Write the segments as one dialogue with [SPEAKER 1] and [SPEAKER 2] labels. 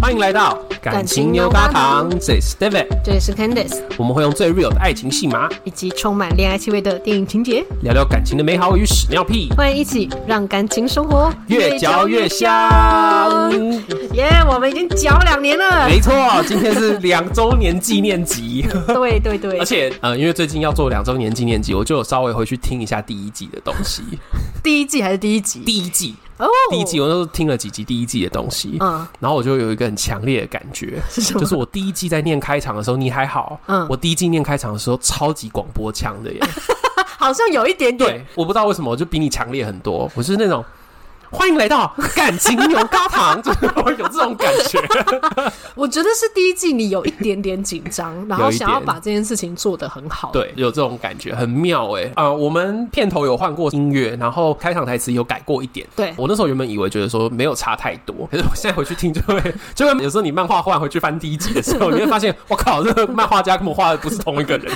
[SPEAKER 1] 欢迎来到感情牛轧糖，这里是 David，
[SPEAKER 2] 这里是 Candice，
[SPEAKER 1] 我们会用最 real 的爱情戏码
[SPEAKER 2] 以及充满恋爱气味的电影情节，
[SPEAKER 1] 聊聊感情的美好与屎尿屁，
[SPEAKER 2] 欢迎一起让感情生活
[SPEAKER 1] 越嚼越香。
[SPEAKER 2] 耶我们已经嚼两年了，
[SPEAKER 1] 没错，今天是两周年纪念集，
[SPEAKER 2] 对对对
[SPEAKER 1] 而，且呃，因为最近要做两周年纪念集，我就有稍微回去听一下第一季的东 西。
[SPEAKER 2] 第一季还是第一集
[SPEAKER 1] 第一季，
[SPEAKER 2] 哦，
[SPEAKER 1] 第一季我那时候听了几集第一季的东西，
[SPEAKER 2] 嗯
[SPEAKER 1] 然后我就有一个很强烈的感觉，
[SPEAKER 2] 是什么
[SPEAKER 1] 就是我第一季在念开场的时候，你还好，
[SPEAKER 2] 嗯
[SPEAKER 1] 我第一季念开场的时候超级广播腔的耶。
[SPEAKER 2] 好像有一点点，
[SPEAKER 1] 对，我不知道为什么，我就比你强烈很多。我是那种欢迎来 到感情牛轧糖，就是我有这种感 觉。
[SPEAKER 2] 我觉得是第一季你有一点点紧 张，然后想要把这件事情做得很好，
[SPEAKER 1] 对，有这种感觉，很妙哎、啊、我们片头有换过音乐，然后开场台词有改过一点。
[SPEAKER 2] 对
[SPEAKER 1] 我那时候原本以为觉得说没有差太多，可是我现在回去听就会，就会有时候你漫画换回去翻第一集的时候，你会发现，我靠，这个漫画家跟我画的不是同一个 人。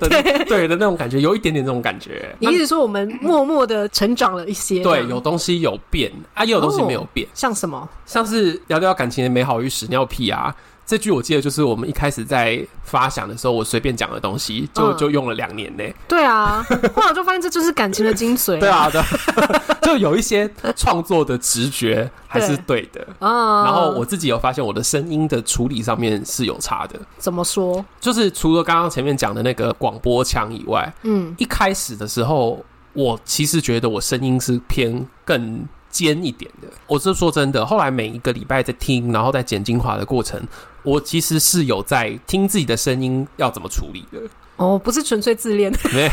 [SPEAKER 1] 对对的那种感觉，有一点点这种感觉。
[SPEAKER 2] 你一直说我们默默的成长了一些，
[SPEAKER 1] 对，有东西有变啊，也有东西没有变。
[SPEAKER 2] 像什么？
[SPEAKER 1] 像是聊聊感情的美好与屎尿屁啊，这句我记得就是我们一开始在发想的时候，我随便讲的东西，就
[SPEAKER 2] 嗯
[SPEAKER 1] 就用了两年呢、
[SPEAKER 2] 对啊，后来我就发现这就是感情的精髓，
[SPEAKER 1] 对，啊，对啊， 就有一些创作的直觉还是对的。
[SPEAKER 2] 啊，
[SPEAKER 1] 然后我自己有发现，我的声音的处理上面是有差的，
[SPEAKER 2] 怎么说？
[SPEAKER 1] 就是除了刚刚前面讲的那个广播腔以外，
[SPEAKER 2] 嗯，
[SPEAKER 1] 一开始的时候，我其实觉得我声音是偏更尖一点的。我是说真的，后来每一个礼拜在听，然后在剪精华的过程，我其实是有在听自己的声音要怎么处理的。
[SPEAKER 2] 哦，不是纯粹自恋，
[SPEAKER 1] 没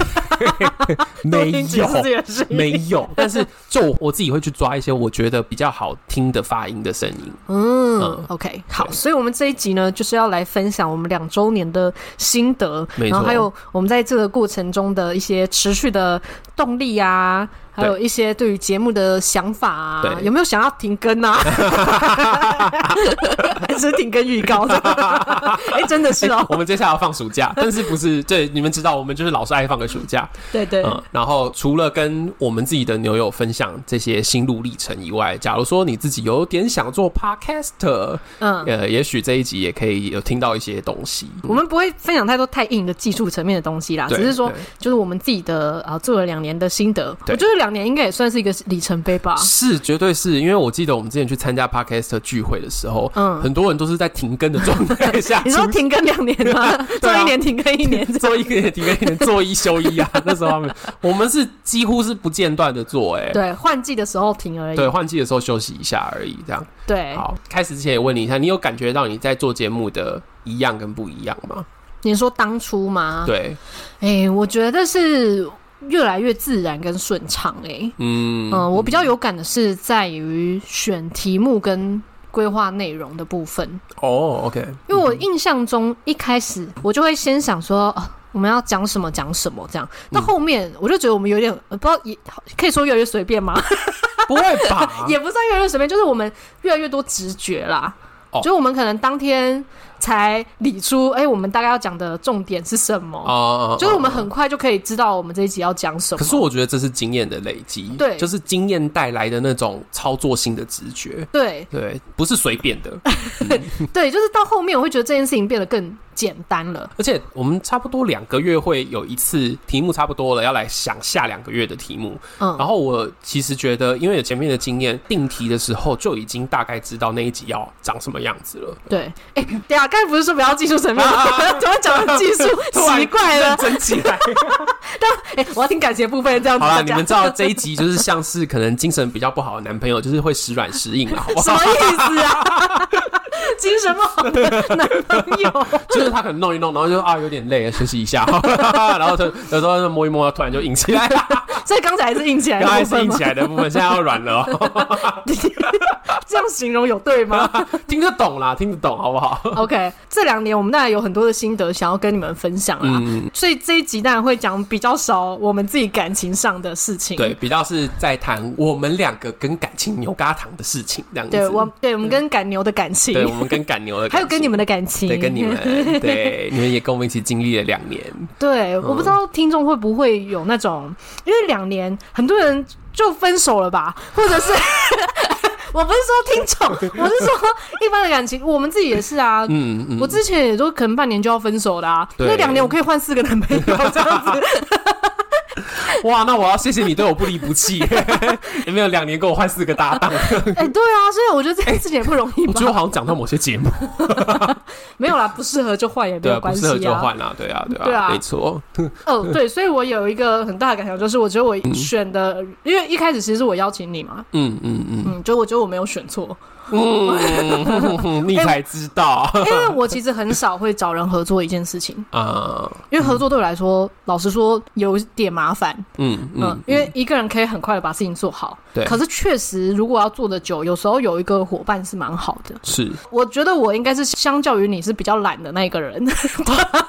[SPEAKER 1] 没
[SPEAKER 2] 录音只
[SPEAKER 1] 有
[SPEAKER 2] 是自己的声音
[SPEAKER 1] 没有，但是就我自己会去抓一些我觉得比较好听的发音的声 音。嗯
[SPEAKER 2] 嗯，OK，好，
[SPEAKER 1] 对
[SPEAKER 2] 所以我们这一集呢，就是要来分享我们两周年的心得，
[SPEAKER 1] 没错
[SPEAKER 2] 然后还有我们在这个过程中的一些持续的动力啊，还有一些对于节目的想法啊
[SPEAKER 1] 对，
[SPEAKER 2] 有没有想要停更 啊？还是停更预 告的？哎、真的是哦、
[SPEAKER 1] 我们接下来要放暑假，但是不是对你们知道，我们就是老是爱放个暑假。
[SPEAKER 2] 对对，
[SPEAKER 1] 嗯，然后除了跟我们自己的牛友分享这些心路历程以外，假如说你自己有点想做 podcast，、
[SPEAKER 2] 嗯。
[SPEAKER 1] 呃，也许这一集也可以有听到一些东西。
[SPEAKER 2] 我们不会分享太多太硬的技术层面的东西啦，
[SPEAKER 1] 对
[SPEAKER 2] 嗯啊只是说
[SPEAKER 1] 对
[SPEAKER 2] 就是我们自己的啊做了两年的心得，我
[SPEAKER 1] 对
[SPEAKER 2] 觉得两年应该也算是一个里程碑吧。
[SPEAKER 1] 是，绝对是因为我记得我们之前去参加 podcast 聚会的时候，
[SPEAKER 2] 嗯
[SPEAKER 1] 很多人都是在停更的状态下
[SPEAKER 2] 你说
[SPEAKER 1] 出
[SPEAKER 2] 停更两年吗？
[SPEAKER 1] 对
[SPEAKER 2] 做
[SPEAKER 1] 啊
[SPEAKER 2] 一年停更一年，
[SPEAKER 1] 做一个月停更一年，做一休一啊。那时候他们我们是几乎是不间断的做、欸，
[SPEAKER 2] 对，换季的时候停而已。
[SPEAKER 1] 对，换季的时候休息一下而已，这样。
[SPEAKER 2] 对，
[SPEAKER 1] 好，开始之前也问你一下，你有感觉到你在做节目的一样跟不一样吗？
[SPEAKER 2] 你说当初吗？，
[SPEAKER 1] 对，
[SPEAKER 2] 哎、我觉得是越来越自然跟顺畅、哎，
[SPEAKER 1] 嗯
[SPEAKER 2] 嗯、我比较有感的是在于选题目跟规划内容的部分，
[SPEAKER 1] 哦，OK，
[SPEAKER 2] 因为我印象中一开始我就会先想说。啊我们要讲什么讲什么这样，
[SPEAKER 1] 嗯
[SPEAKER 2] 到后面我就觉得我们有点呃不知道也可以说越来越随便吗？？
[SPEAKER 1] 不会吧
[SPEAKER 2] 也不算越来越随便，就是我们越来越多直觉啦。
[SPEAKER 1] 哦
[SPEAKER 2] 就是我们可能当天才理出，哎、我们大概要讲的重点是什么？
[SPEAKER 1] 啊
[SPEAKER 2] 就是我们很快就可以知道我们这一集要讲什么。
[SPEAKER 1] 可是我觉得这是经验的累积，
[SPEAKER 2] 对
[SPEAKER 1] 就是经验带来的那种操作性的直觉，
[SPEAKER 2] 对
[SPEAKER 1] 对，不是随便 的。嗯
[SPEAKER 2] 对，就是到后面我会觉得这件事情变得更简单了。
[SPEAKER 1] 而且我们差不多两个月会有一次题目差不多了，要来想下两个月的题目。
[SPEAKER 2] 嗯，
[SPEAKER 1] 然后我其实觉得，因为有前面的经验，定题的时候就已经大概知道那一集要长什么样子了。
[SPEAKER 2] 对，哎、对啊，刚才不是说不要技术层面，
[SPEAKER 1] 啊
[SPEAKER 2] 怎么讲的技术
[SPEAKER 1] 突然
[SPEAKER 2] 奇怪了
[SPEAKER 1] 认？真起来。
[SPEAKER 2] 哎、我要听感情的部分，这样 子
[SPEAKER 1] 好啦，
[SPEAKER 2] 大
[SPEAKER 1] 你
[SPEAKER 2] 家
[SPEAKER 1] 们知道这一集就是像是可能精神比较不好的男朋友，就是会时软时 硬啦，好不
[SPEAKER 2] 什
[SPEAKER 1] 好？
[SPEAKER 2] 么意思啊？ 精神不好的男朋友，
[SPEAKER 1] 就是他可能弄一弄，然后就说啊有点累，休息一 下，然后就有时候摸一摸，突然就硬起来了，
[SPEAKER 2] 所以刚才还是硬起来
[SPEAKER 1] 原
[SPEAKER 2] 的
[SPEAKER 1] 来
[SPEAKER 2] 部
[SPEAKER 1] 是
[SPEAKER 2] 哎分
[SPEAKER 1] 硬
[SPEAKER 2] 吗
[SPEAKER 1] 起？来的部分，现在要软了、 哦，
[SPEAKER 2] 这样形容有对 吗
[SPEAKER 1] 听得懂啦，听得懂好不 好？
[SPEAKER 2] ？OK，这两年我们当然有很多的心得想要跟你们分享啦，
[SPEAKER 1] 嗯，
[SPEAKER 2] 所以这一集当然会讲比较少我们自己感情上的事情。
[SPEAKER 1] 对，比较是在谈我们两个跟感情牛轧糖的事情，这样子。
[SPEAKER 2] 对，我对我们跟赶牛的感情，
[SPEAKER 1] 对我们跟赶牛的感情，
[SPEAKER 2] 还有跟你们的感情，
[SPEAKER 1] 对跟你。 们，对你们也跟我们一起经历了两年，
[SPEAKER 2] 对，
[SPEAKER 1] 嗯
[SPEAKER 2] 我不知道听众会不会有 那种，因为两年很多人就分手了吧，或者是。我不是说听众，我是说一般的感情，我们自己也是啊。
[SPEAKER 1] 嗯嗯，
[SPEAKER 2] 我之前也都可能半年就要分手的啊，
[SPEAKER 1] 对
[SPEAKER 2] 那两年我可以换四个男朋友这样子。
[SPEAKER 1] 哇，那我要谢谢你对我不离不弃， 有没有两年给我换四个搭档？
[SPEAKER 2] 哎、对啊，所以我觉得这件事情也不容 易
[SPEAKER 1] 我
[SPEAKER 2] 吧
[SPEAKER 1] 觉？得我好像讲到某些节目，
[SPEAKER 2] 没有啦，不适合就换也没
[SPEAKER 1] 对
[SPEAKER 2] 有
[SPEAKER 1] 啊，不
[SPEAKER 2] 关系
[SPEAKER 1] 适合就
[SPEAKER 2] 啊。
[SPEAKER 1] 换啦，对啊，对
[SPEAKER 2] 对
[SPEAKER 1] 啊，
[SPEAKER 2] 啊
[SPEAKER 1] 没错，
[SPEAKER 2] 哦，对，所以我有一个很大的感想，就是我觉得我选的，因为一开始其实是我邀请你嘛，
[SPEAKER 1] 嗯嗯嗯
[SPEAKER 2] 嗯，就我觉得我没有选错，
[SPEAKER 1] 嗯，你才知道
[SPEAKER 2] 因为我其实很少会找人合作一件事情，
[SPEAKER 1] 啊，
[SPEAKER 2] 因为合作对我来说，老实说有点麻烦，
[SPEAKER 1] 嗯
[SPEAKER 2] 嗯，
[SPEAKER 1] 嗯，
[SPEAKER 2] 因为一个人可以很快的把事情做好，
[SPEAKER 1] 对
[SPEAKER 2] 可是确实，如果要做的久，有时候有一个伙伴是蛮好的。
[SPEAKER 1] 是
[SPEAKER 2] 我觉得我应该是相较于你是比较懒的那一个 人，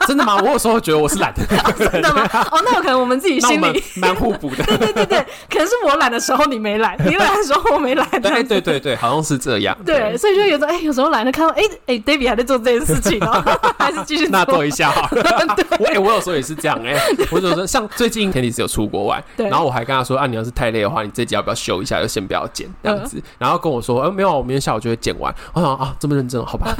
[SPEAKER 1] 真的吗？我有时候觉得我是懒 的，
[SPEAKER 2] 真的吗？哦，那有可能我们自己
[SPEAKER 1] 那我
[SPEAKER 2] 心
[SPEAKER 1] 们
[SPEAKER 2] 里，
[SPEAKER 1] 蛮互补 的，
[SPEAKER 2] 对对 对对，可能是我懒的时候你没懒，你懒的时候我没懒，这样
[SPEAKER 1] 对
[SPEAKER 2] 子
[SPEAKER 1] 对对对，好像是这样，
[SPEAKER 2] 对，所以就有时候哎、有时候懒得看到哎哎、d a v i d 还在做这件事情哦，还是继续
[SPEAKER 1] 纳
[SPEAKER 2] 做
[SPEAKER 1] 豆。一下好了。我哎、我有时候也是这样哎、我有时候像最近田里是有出国玩，
[SPEAKER 2] 对
[SPEAKER 1] 然后我还跟他说啊，你要是太累的话，你这集要不要休一下，就先不要剪这样
[SPEAKER 2] 嗯
[SPEAKER 1] 子。然后跟我说，呃，没有，我明天下午就会剪完。我想啊，这么认真，好吧？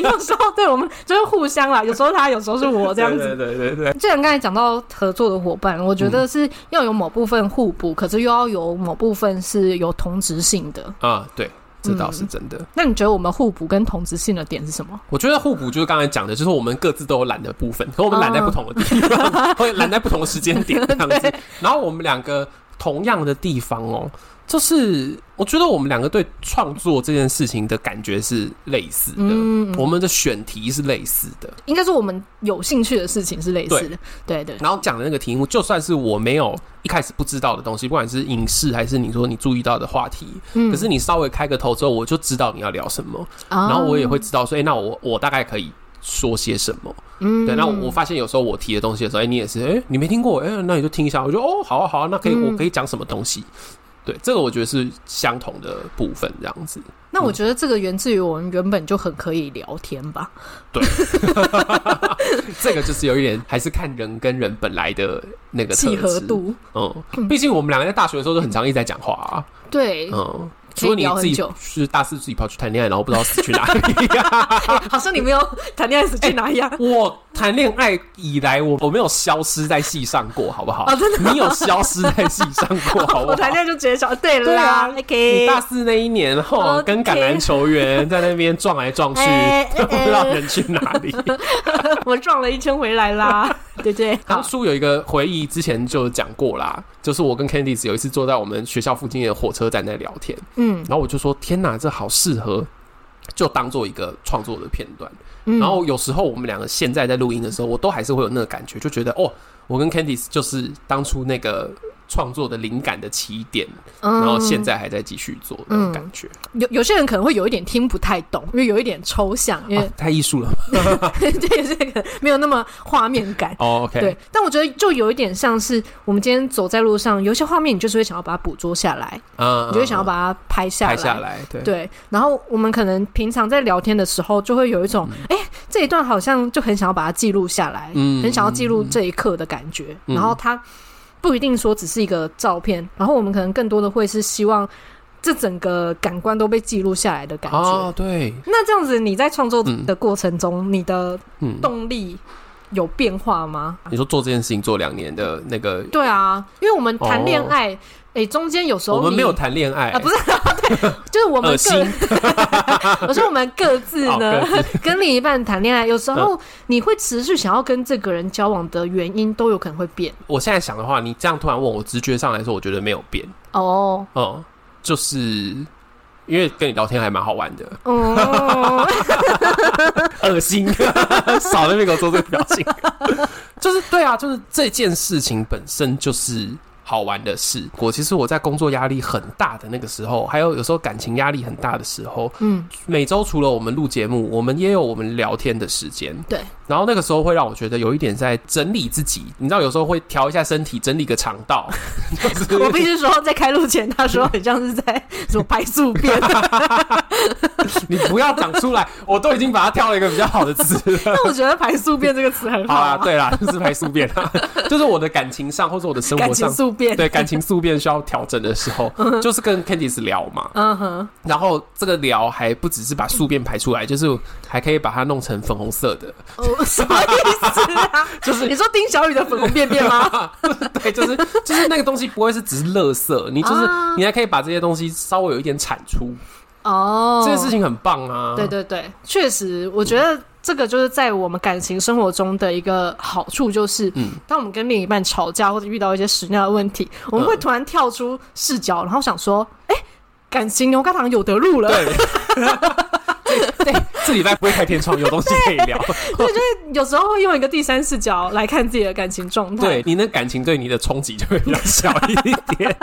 [SPEAKER 2] 有时候对我们就是互相啦，有时候他，有时候是我这样子。
[SPEAKER 1] 对对对对，
[SPEAKER 2] 既然刚才讲到合作的伙伴，我觉得是要有某部分互补，可是又要有某部分是有同质性的。
[SPEAKER 1] 啊，对，这倒
[SPEAKER 2] 嗯
[SPEAKER 1] 是真的。
[SPEAKER 2] 那你觉得我们互补跟同质性的点是什么？
[SPEAKER 1] 我觉得互补就是刚才讲的，就是我们各自都有懒的部分，可我们懒在不同的地
[SPEAKER 2] 哦
[SPEAKER 1] 方，会懒在不同的时间 点这样子。然后我们两个同样的地方哦，就是我觉得我们两个对创作这件事情的感觉是类似的，
[SPEAKER 2] 嗯，
[SPEAKER 1] 我们的选题是类似的。
[SPEAKER 2] 应该说我们有兴趣的事情是类似的。对对，
[SPEAKER 1] 然后讲的那个题目，就算是我没有一开始不知道的东西，不管是影视还是你说你注意到的话题，
[SPEAKER 2] 嗯哦
[SPEAKER 1] 可是你稍微开个头之后，我就知道你要聊什么，
[SPEAKER 2] 然
[SPEAKER 1] 然后我也会知道说，哎、那我我大概可以。说些什么？
[SPEAKER 2] 嗯
[SPEAKER 1] 对，那我我发现有时候我提的东西的时候，哎、你也是，哎、你没听过，哎、那你就听一下。我就哦，好啊，好啊，那可以，
[SPEAKER 2] 嗯
[SPEAKER 1] 我可以讲什么东西？对，这个我觉得是相同的部分，这样 子。
[SPEAKER 2] 那我觉得这个源自于我们原本就很可以聊天吧。
[SPEAKER 1] 这个就是有一点，还是看人跟人本来的那个特
[SPEAKER 2] 契合
[SPEAKER 1] 质
[SPEAKER 2] 度。
[SPEAKER 1] 嗯，毕竟我们两个在大学的时候都很常一直在讲话啊。
[SPEAKER 2] 对，
[SPEAKER 1] 嗯，除
[SPEAKER 2] 可以
[SPEAKER 1] 了你
[SPEAKER 2] 聊
[SPEAKER 1] 自己
[SPEAKER 2] 很久
[SPEAKER 1] 是大四自己跑去谈恋爱，然后不知道死去哪里。
[SPEAKER 2] 好像你没有 谈恋爱时去哪一样。
[SPEAKER 1] 我谈恋爱以来，我我没有消失在戏上过，好不好？
[SPEAKER 2] 哦真
[SPEAKER 1] 的，你有消失在戏上过，好不 好？
[SPEAKER 2] 我谈恋爱就直接想，对
[SPEAKER 1] 对啊
[SPEAKER 2] 啦
[SPEAKER 1] 你
[SPEAKER 2] ，OK，
[SPEAKER 1] 大四那一年吼，
[SPEAKER 2] OK
[SPEAKER 1] 跟橄榄球员在那边撞来撞去，
[SPEAKER 2] 哎哎
[SPEAKER 1] 都不知道人去哪 里。
[SPEAKER 2] 我撞了一圈回 来啦，对不对？
[SPEAKER 1] 当
[SPEAKER 2] 好，
[SPEAKER 1] 初有一个回忆，之前就有讲过啦，就是我跟 Candice 有一次坐在我们学校附近的火车站在聊天，
[SPEAKER 2] 嗯
[SPEAKER 1] 然后我就说：“天哪，这好适合，就当做一个创作的片段。”
[SPEAKER 2] 嗯，
[SPEAKER 1] 然后有时候我们两个现在在录音的时候，我都还是会有那个感觉，就觉得哦，我跟 Candice 就是当初那个创作的灵感的起点，
[SPEAKER 2] 嗯
[SPEAKER 1] 然后现在还在继续做那种感觉，
[SPEAKER 2] 有有些人可能会有一点听不太懂，因为有一点抽象，因 为、
[SPEAKER 1] 啊、太艺术了。
[SPEAKER 2] 对这个没有那么画面感。
[SPEAKER 1] 哦，OK，
[SPEAKER 2] 对，但我觉得就有一点像是我们今天走在路上，有一些画面你就是会想要把它捕捉下来，
[SPEAKER 1] 嗯
[SPEAKER 2] 你就会想要把它拍下来。
[SPEAKER 1] 拍下来，对，
[SPEAKER 2] 对，然后我们可能平常在聊天的时候，就会有一种，哎、这一段好像就很想要把它记录下来，
[SPEAKER 1] 嗯
[SPEAKER 2] 很想要记录这一刻的感觉。
[SPEAKER 1] 嗯
[SPEAKER 2] 然后它不一定说只是一个照片，然后我们可能更多的会是希望这整个感官都被记录下来的感觉。
[SPEAKER 1] 哦，对，
[SPEAKER 2] 那这样子，你在创作的过程中，你的
[SPEAKER 1] 嗯，
[SPEAKER 2] 动力有变化吗？
[SPEAKER 1] 你说做这件事情做两年的那个，
[SPEAKER 2] 对啊，因为我们谈恋
[SPEAKER 1] 哦
[SPEAKER 2] 爱，哎、中间有时候
[SPEAKER 1] 我们
[SPEAKER 2] 你
[SPEAKER 1] 没有谈恋爱，
[SPEAKER 2] 啊，不是，对，就是我们
[SPEAKER 1] 恶 心
[SPEAKER 2] 各，我说我们各自呢
[SPEAKER 1] 哦，
[SPEAKER 2] 跟另一半谈恋爱，有时
[SPEAKER 1] 嗯
[SPEAKER 2] 候你会持续想要跟这个人交往的原因都有可能会变
[SPEAKER 1] 我现在想的话，你这样突然问我，直觉上来说，我觉得没有变，
[SPEAKER 2] 哦，
[SPEAKER 1] 嗯，就是因为跟你聊天还蛮好玩的，
[SPEAKER 2] 嗯，
[SPEAKER 1] 恶心， 少在那边给我做这个表情。 就是对啊，就是这件事情本身就是好玩的事。我其实我在工作压力很大的那个时候，还有有时候感情压力很大的时候，
[SPEAKER 2] 嗯，
[SPEAKER 1] 每周除了我们录节目，我们也有我们聊天的时间。
[SPEAKER 2] 对，
[SPEAKER 1] 然后那个时候会让我觉得有一点在整理自己，你知道，有时候会调一下身体，整理个肠道。 就是
[SPEAKER 2] 我必须说，在开录前他说很像是在什么排宿便，
[SPEAKER 1] 你不要讲出来，我都已经把它挑了一个比较好的词了。
[SPEAKER 2] 但我觉得排宿便这个词很好
[SPEAKER 1] 啊
[SPEAKER 2] 啊
[SPEAKER 1] 好啦，，对啦，就是拍宿便啦，就是我的感情上或者我的生
[SPEAKER 2] 感
[SPEAKER 1] 活
[SPEAKER 2] 情
[SPEAKER 1] 上
[SPEAKER 2] 宿变，
[SPEAKER 1] 对感情宿变需要调整的时 候，就是跟 Candice 聊嘛。
[SPEAKER 2] 嗯哼，
[SPEAKER 1] 然后这个聊还不只是把宿便排出来，就是还可以把它弄成粉红色 的，
[SPEAKER 2] 哦，什么意思啊？
[SPEAKER 1] 就是
[SPEAKER 2] 你说丁小雨的粉红便 便吗？
[SPEAKER 1] 对，就是就是那个东西不会是只是垃圾，你就是
[SPEAKER 2] 啊
[SPEAKER 1] 你还可以把这些东西稍微有一点产出，
[SPEAKER 2] 哦，
[SPEAKER 1] 这件事情很棒啊。
[SPEAKER 2] 对对对，确实，我觉得这个就是在我们感情生活中的一个好处，就是，
[SPEAKER 1] 嗯
[SPEAKER 2] 当我们跟另一半吵架或者遇到一些屎尿的问题，我们会突然跳出视角，然后想说，哎、感情牛轧糖有得录了，
[SPEAKER 1] 对。 对，这礼拜不会开天窗，有东西可以聊。
[SPEAKER 2] 有时候会用一个第三视角来看自己的感情状态。
[SPEAKER 1] 对，你的感情对你的冲击就会比较小一 点，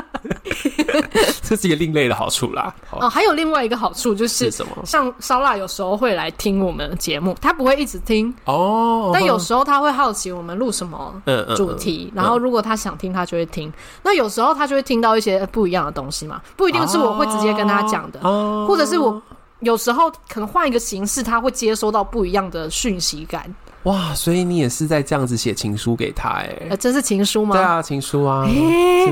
[SPEAKER 1] 这是一个另类的好处啦。好
[SPEAKER 2] 哦，还有另外一个好处就是
[SPEAKER 1] 是，什么？
[SPEAKER 2] 像烧腊有时候会来听我们的节目，他不会一直听，
[SPEAKER 1] 哦，
[SPEAKER 2] 但有时候他会好奇我们录什么
[SPEAKER 1] 嗯嗯嗯
[SPEAKER 2] 主题，然后如果他想听，他就会听。那有时候他就会听到一些呃不一样的东西嘛，不一定是我会直接跟他讲的，
[SPEAKER 1] 哦
[SPEAKER 2] 或者是我有时候可能换一个形式，他会接收到不一样的讯息感。
[SPEAKER 1] 哇，所以你也是在这样子写情书给他哎、
[SPEAKER 2] 呃，这是情书吗？
[SPEAKER 1] 对啊，情书啊，
[SPEAKER 2] 诶，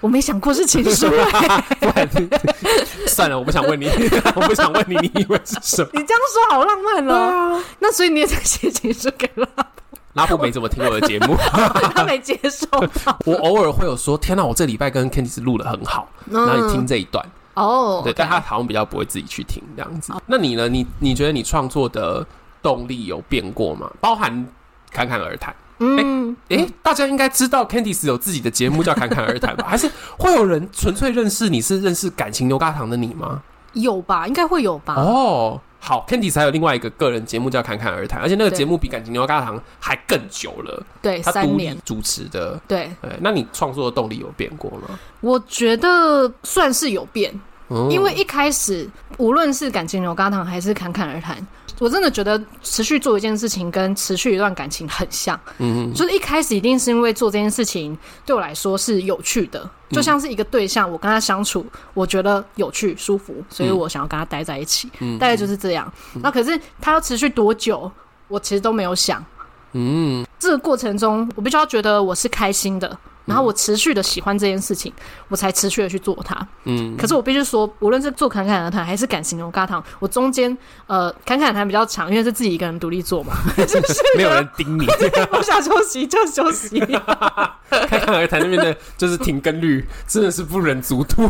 [SPEAKER 2] 我没想过是情 书、欸
[SPEAKER 1] 不然 算了，我不想问你， 我不想问你，你以为是什么？
[SPEAKER 2] 你这样说好浪漫
[SPEAKER 1] 对
[SPEAKER 2] 哦。
[SPEAKER 1] 啊，
[SPEAKER 2] 那所以你也在写情书给 了
[SPEAKER 1] 拉布没怎么听我的节目，
[SPEAKER 2] 他没接受到
[SPEAKER 1] 我偶尔会有说，天哪、我这礼拜跟 Candice 录的很好，
[SPEAKER 2] 嗯
[SPEAKER 1] 然后你听这一段，
[SPEAKER 2] 哦，
[SPEAKER 1] 对，但他好像比较不会自己去听这样子。那你呢？你你觉得你创作的动力有变过吗？包含侃侃而谈。
[SPEAKER 2] 嗯，
[SPEAKER 1] 诶、大家应该知道 Candice 有自己的节目叫《侃侃而谈》吧？ 还是会有人纯粹认识你是认识感情牛轧糖的你吗？
[SPEAKER 2] 有吧，应该会有吧。
[SPEAKER 1] 哦，好，Candice 还有另外一个个人节目叫《侃侃而谈》，而且那个
[SPEAKER 2] 对
[SPEAKER 1] 节目比感情牛轧糖还更久了，
[SPEAKER 2] 对，
[SPEAKER 1] 他
[SPEAKER 2] 哎三
[SPEAKER 1] 独立
[SPEAKER 2] 年，
[SPEAKER 1] 主持的。
[SPEAKER 2] 对，
[SPEAKER 1] 对，那你创作的动力有变过吗？
[SPEAKER 2] 我觉得算是有变，
[SPEAKER 1] 嗯
[SPEAKER 2] 因为一开始无论是感情牛轧糖还是侃侃而谈，我真的觉得持续做一件事情跟持续一段感情很像，
[SPEAKER 1] 嗯
[SPEAKER 2] 就是一开始一定是因为做这件事情对我来说是有趣的，
[SPEAKER 1] 嗯
[SPEAKER 2] 就像是一个对象，我跟他相处，我觉得有趣舒服，所以我想要跟他待在一起，
[SPEAKER 1] 嗯
[SPEAKER 2] 大概就是这样。那可是他要持续多久，我其实都没有想。
[SPEAKER 1] 嗯
[SPEAKER 2] 这个过程中，我必须要觉得我是开心的，
[SPEAKER 1] 嗯
[SPEAKER 2] 然后我持续的喜欢这件事情，我才持续的去做它。
[SPEAKER 1] 嗯，
[SPEAKER 2] 可是我必须说，无论是做侃侃而谈还是感情牛轧糖，我中间呃侃侃而谈比较长，因为是自己一个人独立做嘛， 就是
[SPEAKER 1] 没有人 盯你，
[SPEAKER 2] 我想休息就休息，
[SPEAKER 1] 看看而谈那边的，就是停更率真的是不忍足度。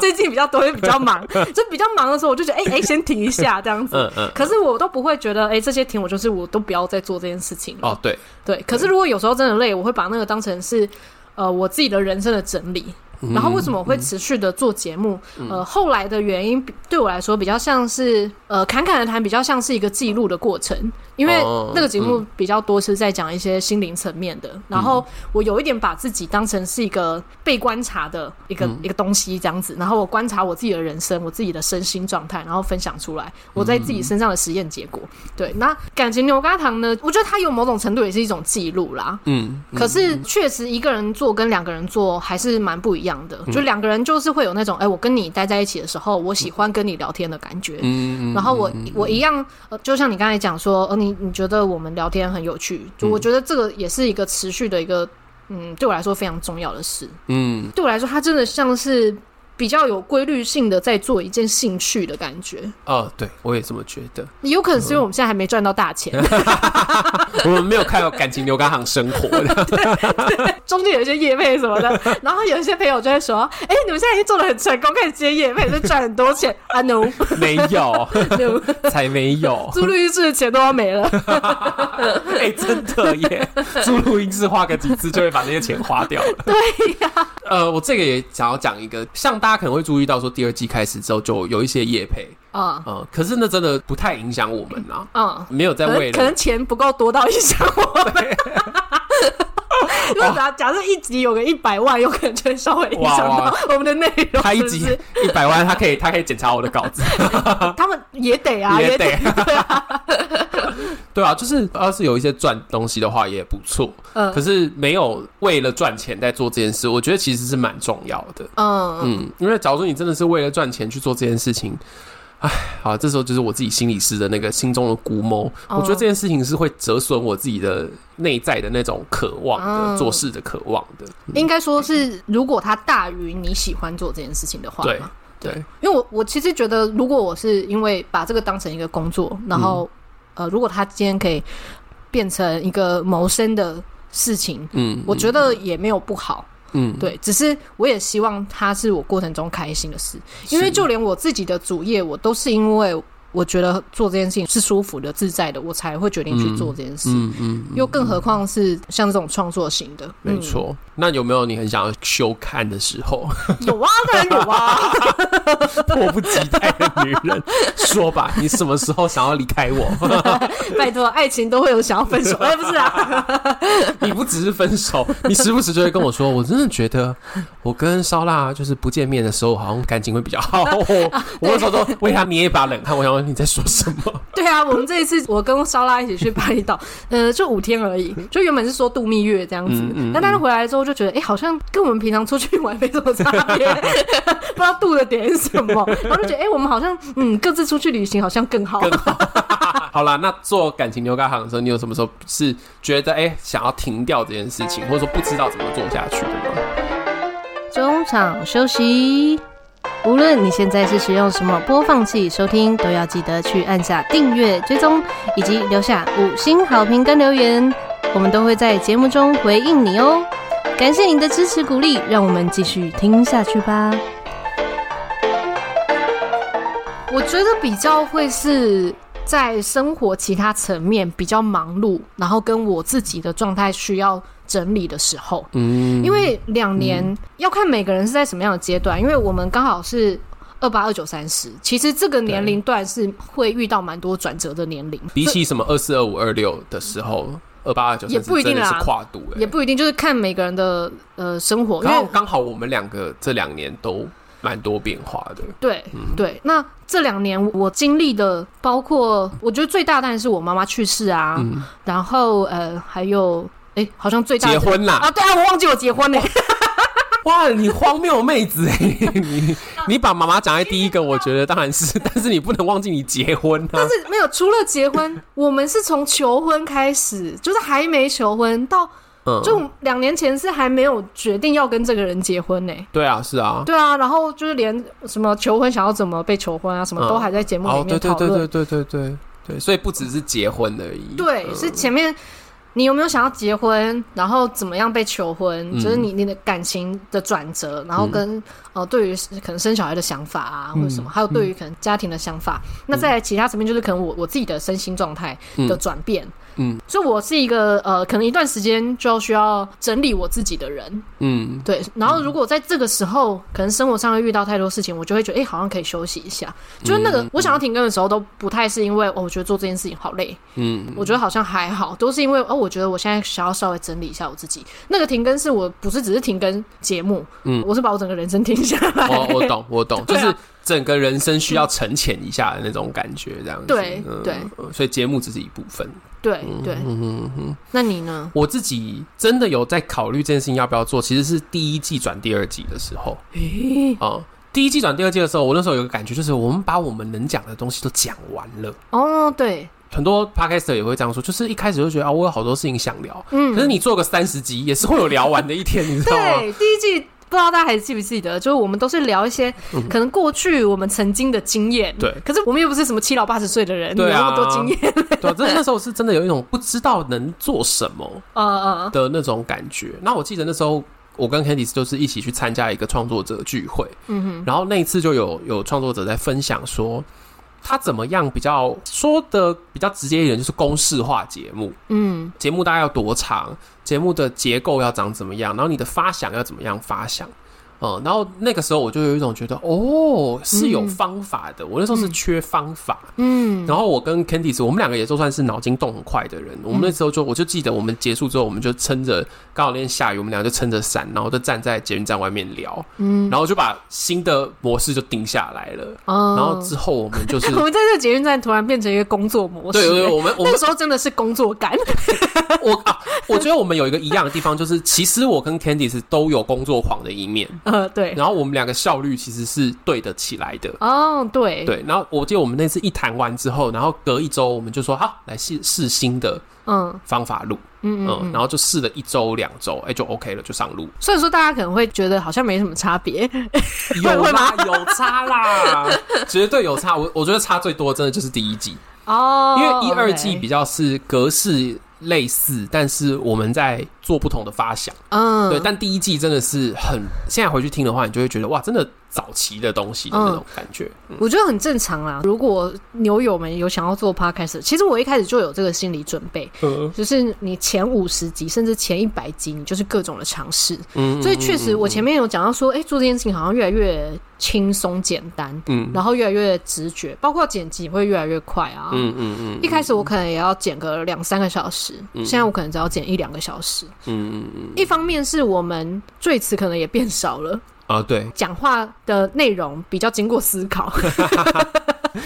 [SPEAKER 2] 最近比较多，也比较忙，就比较忙的时候，我就觉得哎哎、先停一下这样子。
[SPEAKER 1] 嗯嗯，
[SPEAKER 2] 可是我都不会觉得，哎、这些停我就是我都不要再做这件事情了。
[SPEAKER 1] 哦对，
[SPEAKER 2] 对，可是如果有时候真的累，我会把那个当成是呃我自己的人生的整理。然后为什么我会
[SPEAKER 1] 嗯
[SPEAKER 2] 持续的做节目？呃，后来的原因比对我来说比较像是呃侃侃而谈，比较像是一个记录的过程，因为
[SPEAKER 1] 哦
[SPEAKER 2] 那个节目比较多是在讲一些心灵层面的。然后我有一点把自己当成是一个被观察的一个、一个东西这样子，然后我观察我自己的人生，我自己的身心状态，然后分享出来我在自己身上的实验结果。对，那感情牛轧糖呢？我觉得它有某种程度也是一种记录啦。
[SPEAKER 1] 嗯，
[SPEAKER 2] 可是确实一个人做跟两个人做还是蛮不一样的，就两个人就是会有那种，哎、我跟你待在一起的时候，我喜欢跟你聊天的感觉。
[SPEAKER 1] 嗯，
[SPEAKER 2] 然后我我一样，呃，就像你刚才讲说，呃，你你觉得我们聊天很有趣，
[SPEAKER 1] 嗯
[SPEAKER 2] 就我觉得这个也是一个持续的一个，嗯，对我来说非常重要的事。
[SPEAKER 1] 嗯
[SPEAKER 2] 对我来说，它真的像是比较有规律性的在做一件兴趣的感觉。
[SPEAKER 1] 哦，对我也这么觉得。
[SPEAKER 2] 有可能是因为我们现在还没赚到 大钱，
[SPEAKER 1] 我们没有看到感情牛轧糖生活的，
[SPEAKER 2] 中间有一些业配什么的， 然后有一些朋友就会说：“哎、你们现在已经做的很成功，开始接业配，就赚很多钱。”啊 no
[SPEAKER 1] 没有，
[SPEAKER 2] no，
[SPEAKER 1] 才没有。
[SPEAKER 2] 租录音室的钱都要没了。
[SPEAKER 1] 哎、真的耶！租录音室花个几次就会把那些钱花掉了。对呀、呃，我这个也想要讲一个，像大家可能会注意到说，第二季开始之后就有一些业配，
[SPEAKER 2] 啊
[SPEAKER 1] 嗯、可是那真的不太影响我们啦，
[SPEAKER 2] 啊、
[SPEAKER 1] 没有在
[SPEAKER 2] 可
[SPEAKER 1] 为
[SPEAKER 2] 能可
[SPEAKER 1] 了
[SPEAKER 2] 能钱不够多到影响我们。 如果假假设一集有个一百万，有可能就会稍微影响
[SPEAKER 1] 哇
[SPEAKER 2] 到我们的内 容。
[SPEAKER 1] 他一
[SPEAKER 2] 是不
[SPEAKER 1] 集
[SPEAKER 2] 是
[SPEAKER 1] 一百万，他可以他可以检查我的稿子，
[SPEAKER 2] 他们也得啊，
[SPEAKER 1] 也
[SPEAKER 2] 也
[SPEAKER 1] 得
[SPEAKER 2] 对啊，
[SPEAKER 1] 对啊，就是要是有一些赚东西的话也不错，
[SPEAKER 2] 嗯
[SPEAKER 1] 可是没有为了赚钱在做这件事，我觉得其实是蛮重要的。
[SPEAKER 2] 嗯
[SPEAKER 1] 嗯，因为假如说你真的是为了赚钱去做这件事情，好，这时候就是我自己心理师的那个心中的估谋。
[SPEAKER 2] 哦
[SPEAKER 1] 我觉得这件事情是会折损我自己的内在的那种渴望的、
[SPEAKER 2] 嗯
[SPEAKER 1] 做事的渴望的。
[SPEAKER 2] 应该说是，如果它大于你喜欢做这件事情的话嘛，
[SPEAKER 1] 对对，
[SPEAKER 2] 因为我我其实觉得，如果我是因为把这个当成一个工作，然后、
[SPEAKER 1] 嗯
[SPEAKER 2] 呃，如果他今天可以变成一个谋生的事情，
[SPEAKER 1] 嗯，
[SPEAKER 2] 我觉得也没有不好。
[SPEAKER 1] 嗯，
[SPEAKER 2] 对，只是我也希望它是我过程中开心的事，因为
[SPEAKER 1] 是
[SPEAKER 2] 就连我自己的主业，我都是因为我觉得做这件事情是舒服的、自在的，我才会决定去做这件事。
[SPEAKER 1] 嗯嗯，嗯
[SPEAKER 2] 又更何况是像这种创作型的，
[SPEAKER 1] 没错。那有没有你很想要休看的时候？
[SPEAKER 2] 嗯，有啊，当然有啊，
[SPEAKER 1] 迫不及待的女人，说吧，你什么时候想要离开我？
[SPEAKER 2] 拜托，爱情都会有想要分手，哎，不是啊，
[SPEAKER 1] 你不只是分手，你时不时就会跟我说，我真的觉得我跟烧腊就是不见面的时候，好像感情会比较 好。我那时候都为他捏一把冷汗，我想问你在说什么？
[SPEAKER 2] 对啊，我们这一次我跟烧拉一起去巴厘岛， 呃，就五天而已，就原本是说度蜜月这样子
[SPEAKER 1] 嗯，嗯
[SPEAKER 2] 那但是回来之后就觉得，哎、好像跟我们平常出去玩没什么差 别，不知道度的点是什么，然后就觉得，哎、我们好像嗯各自出去旅行好像更好，
[SPEAKER 1] 更好。好啦，那做感情牛轧糖的时候，你有什么时候是觉得哎、想要停掉这件事情，或者说不知道怎么做下去的吗？
[SPEAKER 3] 中场休息。无论你现在是使用什么播放器收听，都要记得去按下订阅、追踪，以及留下五星好评跟留言，我们都会在节目中回应你哦。感谢你的支持鼓励，让我们继续听下去吧。
[SPEAKER 2] 我觉得比较会是在生活其他层面比较忙碌，然后跟我自己的状态需要整理的时候，
[SPEAKER 1] 嗯
[SPEAKER 2] 因为两年、要看每个人是在什么样的阶段，因为我们刚好是。二八二九三十，其实这个年龄段是会遇到蛮多转折的年龄，
[SPEAKER 1] 比起什么二四二五二六的时候，二八二九
[SPEAKER 2] 也不一定啦
[SPEAKER 1] 是跨度、哎
[SPEAKER 2] 也不一定，就是看每个人的呃生活，因
[SPEAKER 1] 刚好
[SPEAKER 2] 为
[SPEAKER 1] 刚好我们两个这两年都蛮多变化的，
[SPEAKER 2] 对、对。那这两年我经历的，包括我觉得最大当然是我妈妈去世啊，
[SPEAKER 1] 嗯，
[SPEAKER 2] 然后呃还有哎、好像最大的
[SPEAKER 1] 结婚啦，
[SPEAKER 2] 啊，对啊，我忘记我结婚了。
[SPEAKER 1] 哇，你荒谬妹子哎、 你你把妈妈讲在第一个，我觉得当然是， 但是你不能忘记你结婚啊
[SPEAKER 2] 但，是没有，除了结婚，我们是从求婚开始，就是还没求婚到
[SPEAKER 1] 嗯，
[SPEAKER 2] 就两年前是还没有决定要跟这个人结婚呢、
[SPEAKER 1] 对啊，是啊，
[SPEAKER 2] 对啊，然后就是连什么求婚想要怎么被求婚啊，什
[SPEAKER 1] 嗯
[SPEAKER 2] 么都还在节目里
[SPEAKER 1] 哦，对
[SPEAKER 2] 面
[SPEAKER 1] 对
[SPEAKER 2] 讨
[SPEAKER 1] 对对
[SPEAKER 2] 论。
[SPEAKER 1] 对对对对，所以不只是结婚而已，
[SPEAKER 2] 对，
[SPEAKER 1] 嗯
[SPEAKER 2] 是前面你有没有想要结婚，然后怎么样被求婚，
[SPEAKER 1] 嗯
[SPEAKER 2] 就是你你的感情的转折，然后跟呃对于可能生小孩的想法啊，
[SPEAKER 1] 嗯
[SPEAKER 2] 或者什么，还有对于可能家庭的想法。那再来其他层面就是可能我我自己的身心状态的转变。
[SPEAKER 1] 嗯，
[SPEAKER 2] 所以我是一个呃，可能一段时间就要需要整理我自己的人。
[SPEAKER 1] 嗯，
[SPEAKER 2] 对，然后如果在这个时候，可能生活上会遇到太多事情，我就会觉得，哎、好像可以休息一下。就是那
[SPEAKER 1] 嗯
[SPEAKER 2] 个、我想要停更的时候，都不太是因为哦，我觉得做这件事情好累，
[SPEAKER 1] 嗯，
[SPEAKER 2] 我觉得好像还好，都是因为哦，我觉得我现在想要稍微整理一下我自己。那个停更是我不是只是停更节目，
[SPEAKER 1] 嗯
[SPEAKER 2] 我是把我整个人生停下 来。
[SPEAKER 1] 我我懂我懂，就
[SPEAKER 2] 对啊
[SPEAKER 1] 是整个人生需要沉潜一下的那种感觉，这样子，
[SPEAKER 2] 对
[SPEAKER 1] 嗯
[SPEAKER 2] 对
[SPEAKER 1] 嗯所以节目只是一部分，
[SPEAKER 2] 对
[SPEAKER 1] 嗯
[SPEAKER 2] 对，那你呢？
[SPEAKER 1] 我自己真的有在考虑这件事情要不要做，其实是第一季转第二季的时候，啊、第一季转第二季的时候，我那时候有个感觉，就是我们把我们能讲的东西都讲完了。
[SPEAKER 2] 哦，对，
[SPEAKER 1] 很多 podcaster 也会这样说，就是一开始就觉得啊，我有好多事情想聊，
[SPEAKER 2] 嗯
[SPEAKER 1] 可是你做个三十集也是会有聊完的一天，你知道吗？
[SPEAKER 2] 对，第一季。不知道大家还记不记得，就是我们都是聊一些可能过去我们曾经的经验，
[SPEAKER 1] 嗯对
[SPEAKER 2] 可是我们又不是什么七老八十岁的人，
[SPEAKER 1] 对啊
[SPEAKER 2] 有那么多经验，
[SPEAKER 1] 对啊，真的那时候是真的有一种不知道能做什么
[SPEAKER 2] 呃呃，
[SPEAKER 1] 的那种感觉。那我记得那时候我跟 Candice 就是一起去参加一个创作者聚会，
[SPEAKER 2] 嗯哼，
[SPEAKER 1] 然后那一次就有有创作者在分享说，他怎么样比较说的比较直接一点，就是公式化节目，
[SPEAKER 2] 嗯
[SPEAKER 1] 节目大概要多长，节目的结构要长怎么样，然后你的发想要怎么样发想。嗯，然后那个时候我就有一种觉得，哦，是有
[SPEAKER 2] 嗯
[SPEAKER 1] 方法的。我那时候是缺方法，
[SPEAKER 2] 嗯，
[SPEAKER 1] 然后我跟 Candice，我们两个也都算是脑筋动很快的人。我们那
[SPEAKER 2] 嗯
[SPEAKER 1] 时候就，我就记得我们结束之后，我们就撑着刚好那天下雨，我们俩就撑着伞，然后就站在捷运站外面聊，嗯，然后就把新的模式就定下来了。
[SPEAKER 2] 哦
[SPEAKER 1] 然后之后我们就是，
[SPEAKER 2] 我们在这个捷运站突然变成一个工作模式，
[SPEAKER 1] 对对对，
[SPEAKER 2] 欸
[SPEAKER 1] 我们我们
[SPEAKER 2] 那时候真的是工作感，
[SPEAKER 1] 我啊，我觉得我们有一个一样的地方，就是其实我跟 Candice 都有工作狂的一面，
[SPEAKER 2] 呃，对，
[SPEAKER 1] 然后我们两个效率其实是对得起来的。
[SPEAKER 2] 哦，对，，
[SPEAKER 1] 对，然后我记得我们那次一谈完之后，然后隔一周我们就说好来试试新的
[SPEAKER 2] 嗯
[SPEAKER 1] 方法录，
[SPEAKER 2] 嗯嗯
[SPEAKER 1] 嗯，然后就试了一周两周，哎、就 OK 了，就上路。
[SPEAKER 2] 虽然说大家可能会觉得好像没什么差别，
[SPEAKER 1] 有
[SPEAKER 2] 会
[SPEAKER 1] 啦
[SPEAKER 2] 吗，
[SPEAKER 1] 有差啦， 绝对有差。我我觉得差最多真的就是第一季，
[SPEAKER 2] 哦，
[SPEAKER 1] 因为一二季
[SPEAKER 2] OK
[SPEAKER 1] 比较是格式类似，但是我们在做不同的发想。
[SPEAKER 2] 嗯，
[SPEAKER 1] 对，但第一季真的是很，现在回去听的话，你就会觉得哇，真的早期的东西的那
[SPEAKER 2] 嗯
[SPEAKER 1] 种感觉。嗯
[SPEAKER 2] 我觉得很正常啦。如果牛友们有想要做 podcast，其实我一开始就有这个心理准备，
[SPEAKER 1] 嗯
[SPEAKER 2] 就是你前五十集甚至前一百集，你就是各种的尝试。
[SPEAKER 1] 嗯
[SPEAKER 2] 所以确实，我前面有讲到说，哎、做这件事情好像越来越轻松简单，
[SPEAKER 1] 嗯
[SPEAKER 2] 然后越来越直觉，包括剪辑会越来越快啊。
[SPEAKER 1] 嗯嗯嗯
[SPEAKER 2] 一开始我可能也要剪个两三个小时，现在我可能只要剪一两个小时。
[SPEAKER 1] 嗯嗯嗯
[SPEAKER 2] 一方面是我们最词可能也变少了，
[SPEAKER 1] 啊，对，
[SPEAKER 2] 讲话的内容比较经过 思考，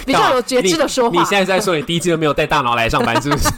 [SPEAKER 2] 比较有节制的说
[SPEAKER 1] 你
[SPEAKER 2] 话
[SPEAKER 1] 你，现在在说你第一季都没有带大脑来上班，是 不是？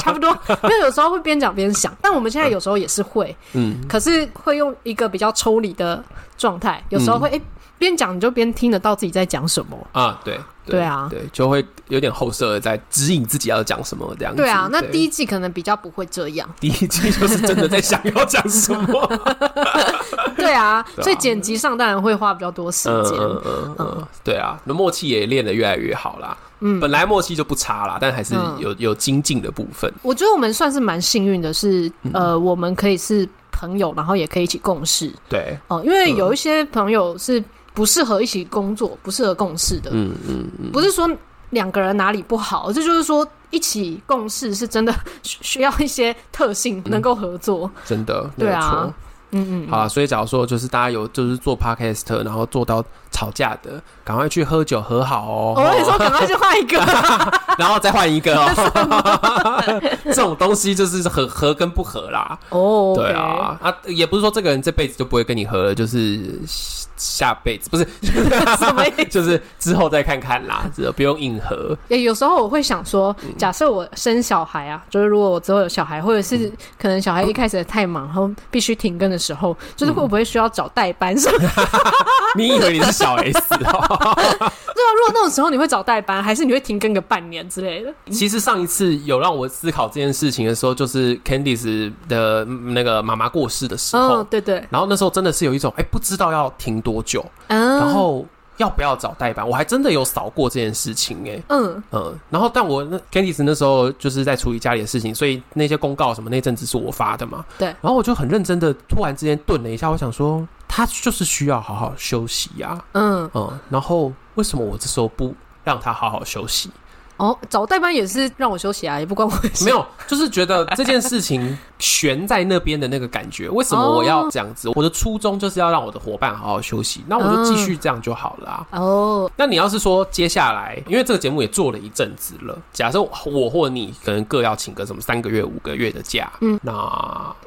[SPEAKER 2] 差不多。因为有时候会边讲边想，但我们现在有时候也是会，
[SPEAKER 1] 嗯，
[SPEAKER 2] 可是会用一个比较抽离的状态，有
[SPEAKER 1] 嗯
[SPEAKER 2] 时候会哎边讲你就边听得到自己在讲什么。
[SPEAKER 1] 啊，对，
[SPEAKER 2] 对啊
[SPEAKER 1] 对，就会有点后设的在指引自己要讲什么这样子。
[SPEAKER 2] 对啊，那第
[SPEAKER 1] 一
[SPEAKER 2] 一季可能比较不会这 样。
[SPEAKER 1] 第一季就是真的在想要讲什 么，
[SPEAKER 2] 对啊，
[SPEAKER 1] 对啊
[SPEAKER 2] 所以剪辑上当然会花比较多时
[SPEAKER 1] 嗯
[SPEAKER 2] 间。
[SPEAKER 1] 嗯嗯嗯，对啊，那默契也练得越来越好啦。
[SPEAKER 2] 嗯
[SPEAKER 1] 本来默契就不差啦，但还是
[SPEAKER 2] 嗯
[SPEAKER 1] 有有精进的部分。
[SPEAKER 2] 我觉得我们算是蛮幸运的是，
[SPEAKER 1] 嗯
[SPEAKER 2] 呃，我们可以是朋友，然后也可以一起共事
[SPEAKER 1] 对，
[SPEAKER 2] 哦、因为有一些朋友是不适合一起工作、不适合共事的，
[SPEAKER 1] 嗯嗯嗯，
[SPEAKER 2] 不是说两个人哪里不好，这就是说一起共事是真的需需要一些特性
[SPEAKER 1] 嗯
[SPEAKER 2] 能够合作。
[SPEAKER 1] 真的，
[SPEAKER 2] 对啊
[SPEAKER 1] 没有错
[SPEAKER 2] 嗯嗯，
[SPEAKER 1] 好啦，所以假如说就是大家有就是做 podcast，然后做到吵架的，赶快去喝酒和好哦。
[SPEAKER 2] 我跟你说，赶快去换一个。
[SPEAKER 1] 然后再换一 个哦。 这种东西就是合合跟不合啦。
[SPEAKER 2] 哦，
[SPEAKER 1] 对啊，啊，也不是说这个人这辈子就不会跟你合了，就是下下辈子不 是，
[SPEAKER 2] OK，什么意思？
[SPEAKER 1] 就是之后再看看啦，这不用硬合。
[SPEAKER 2] 也哎有时候我会想说，
[SPEAKER 1] 嗯
[SPEAKER 2] 假设我生小孩啊，就是如果我之后有小孩，或者是
[SPEAKER 1] 嗯
[SPEAKER 2] 可能小孩一开始太忙，然后必须停更的时候，
[SPEAKER 1] 嗯
[SPEAKER 2] 就是会不会需要找代班？ 是吧？对
[SPEAKER 1] 你以为你是小 S 哦？
[SPEAKER 2] 啊，如果那种时候你会找代班，还是你会停更个半年之类的？
[SPEAKER 1] 其实上一次有让我思考这件事情的时候，就是 Candice 的那个妈妈过世的时候。
[SPEAKER 2] 嗯，对对，
[SPEAKER 1] 然后那时候真的是有一种哎、不知道要停多久，
[SPEAKER 2] 嗯，
[SPEAKER 1] 然后要不要找代班，我还真的有扫过这件事情哎、
[SPEAKER 2] 嗯
[SPEAKER 1] 嗯，然后但我那 Candice 那时候就是在处理家里的事情，所以那些公告什么那阵子是我发的嘛。
[SPEAKER 2] 对
[SPEAKER 1] 然后我就很认真的，突然之间顿了一下，我想说，他就是需要好好休息呀、
[SPEAKER 2] 嗯，
[SPEAKER 1] 嗯，然后为什么我这时候不让他好好休息？
[SPEAKER 2] 哦，找代班也是让我休息啊，也不关我的事。
[SPEAKER 1] 没有，就是觉得这件事情悬在那边的那个感觉，为什么我要这样子？我的初衷就是要让我的伙伴好好休息，那我就继续这样就好了、啊。
[SPEAKER 2] 哦，
[SPEAKER 1] 那你要是说接下来，因为这个节目也做了一阵子了，假设我或你可能各要请个什么三个月、五个月的假，嗯，那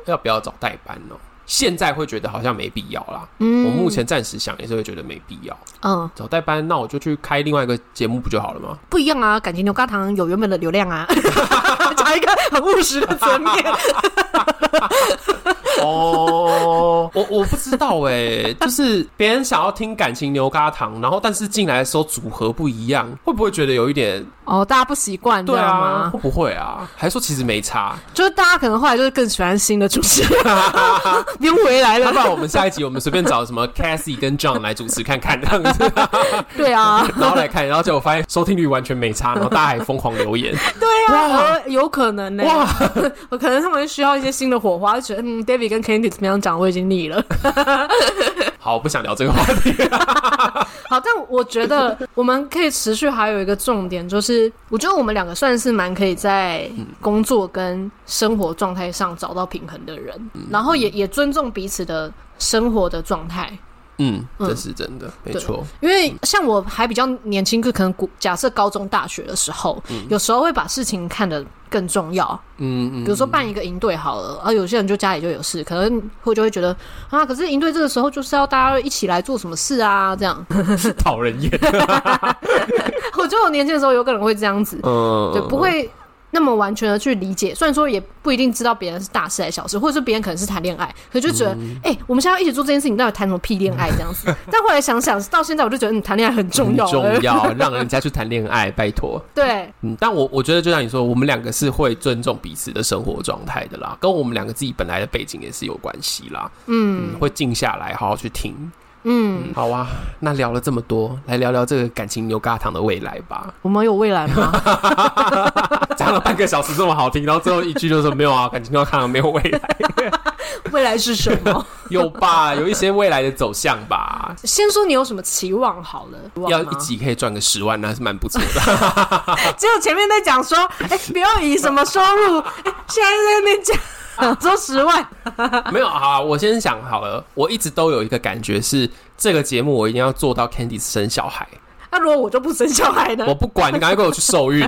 [SPEAKER 1] 要不要找代班呢？现在会觉得好像没必要啦。
[SPEAKER 2] 嗯，
[SPEAKER 1] 我目前暂时想也是会觉得没必要
[SPEAKER 2] 嗯
[SPEAKER 1] 找代班，那我就去开另外一个节目不就好了吗？
[SPEAKER 2] 不一样啊，感情牛轧糖有原本的流量啊， 讲一个很务实的层面。
[SPEAKER 1] 哦， 我我不知道哎、就是别人想要听感情牛轧糖，然后但是进来的时候组合不一样，会不会觉得有一点
[SPEAKER 2] 哦，大家不习惯，
[SPEAKER 1] 对
[SPEAKER 2] 知道吗
[SPEAKER 1] 啊？会不会啊？还是说其实没差？
[SPEAKER 2] 就是大家可能后来就是更喜欢新的主持人， 您 回来
[SPEAKER 1] 要
[SPEAKER 2] 了
[SPEAKER 1] 不，然我们下一集我们随便找什么 Cassie 跟 John 来主持看看，这样子，
[SPEAKER 2] 对啊，
[SPEAKER 1] 然后来看，然后结果发现收听率完全没差，然后大家还疯狂留 言，
[SPEAKER 2] 对啊，
[SPEAKER 1] 哇
[SPEAKER 2] 呃有可能呢、
[SPEAKER 1] 哇，
[SPEAKER 2] 我可能他们需要一些新的火花，就觉得嗯，David 跟 Candy 怎么样讲，我已经腻了。
[SPEAKER 1] 好，不想聊这个话题，
[SPEAKER 2] 好，但我觉得我们可以持续还有一个重点，就是我觉得我们两个算是蛮可以在工作跟生活状态上找到平衡的人，然后也也尊重彼此的生活的状态。
[SPEAKER 1] 嗯，这是真的，没错，
[SPEAKER 2] 因为像我还比较年轻，就可能古假设高中、大学的时候，有时候会把事情看得更重要。
[SPEAKER 1] 嗯嗯，
[SPEAKER 2] 比如说办一个营队好了，啊，有些人就家里就有事，可能会就会觉得啊，可是营队这个时候就是要大家一起来做什么事啊，这样。
[SPEAKER 1] 讨人厌，
[SPEAKER 2] 我觉得我年轻的时候有可能会这样子，
[SPEAKER 1] 嗯，
[SPEAKER 2] 对，不，会那么完全的去理解。虽然说也不一定知道别人是大事还是小事，或者是别人可能是谈恋爱，可就觉得，哎、
[SPEAKER 1] 嗯
[SPEAKER 2] 我们现在要一起做这件事情，到底谈什么屁恋爱这 样子？但后来想想，到现在我就觉得，嗯，谈恋爱很重
[SPEAKER 1] 很
[SPEAKER 2] 要，
[SPEAKER 1] 重要，让人家去谈恋爱，拜托。
[SPEAKER 2] 对，
[SPEAKER 1] 嗯，但我我觉得就像你说，我们两个是会尊重彼此的生活状态的啦，跟我们两个自己本来的背景也是有关系啦。嗯，会静下来好好去听。
[SPEAKER 2] 嗯，
[SPEAKER 1] 嗯，好啊，那聊了这么多，来聊聊这个感情牛轧糖的未来吧。
[SPEAKER 2] 我们有未来吗？
[SPEAKER 1] 讲了半个小时这么好听，然后最后一句就说没有啊，感情牛轧糖没有未来，
[SPEAKER 2] 未来是什 么？
[SPEAKER 1] 有吧？有一些未来的走向吧。
[SPEAKER 2] 先说你有什么期望好了，
[SPEAKER 1] 要一集可以赚个十万，那是蛮不错的。
[SPEAKER 2] 哎只有前面在讲说，哎、不要以什么收入，哎现在在那边讲说十万，
[SPEAKER 1] 没有啊，我先想好了，我一直都有一个感觉是，这个节目我一定要做到 Candice 生小孩，
[SPEAKER 2] 那、如果我就不生小孩呢
[SPEAKER 1] 我？不管，你赶快给我去受孕。